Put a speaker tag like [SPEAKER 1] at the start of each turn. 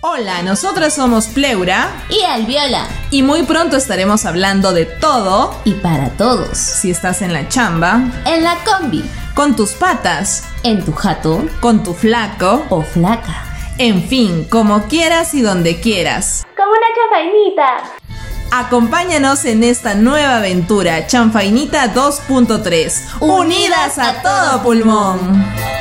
[SPEAKER 1] Hola, nosotros somos Pleura
[SPEAKER 2] y Alviola.
[SPEAKER 1] y muy pronto estaremos hablando de todo
[SPEAKER 2] Y para todos.
[SPEAKER 1] si estás en la chamba,
[SPEAKER 2] En la combi,
[SPEAKER 1] con tus patas,
[SPEAKER 2] en tu jato
[SPEAKER 1] con tu flaco,
[SPEAKER 2] o flaca.
[SPEAKER 1] en fin, como quieras y donde quieras.
[SPEAKER 3] Como una chafainita.
[SPEAKER 1] Acompáñanos en esta nueva aventura, Chanfainita 2.3, unidas a todo pulmón.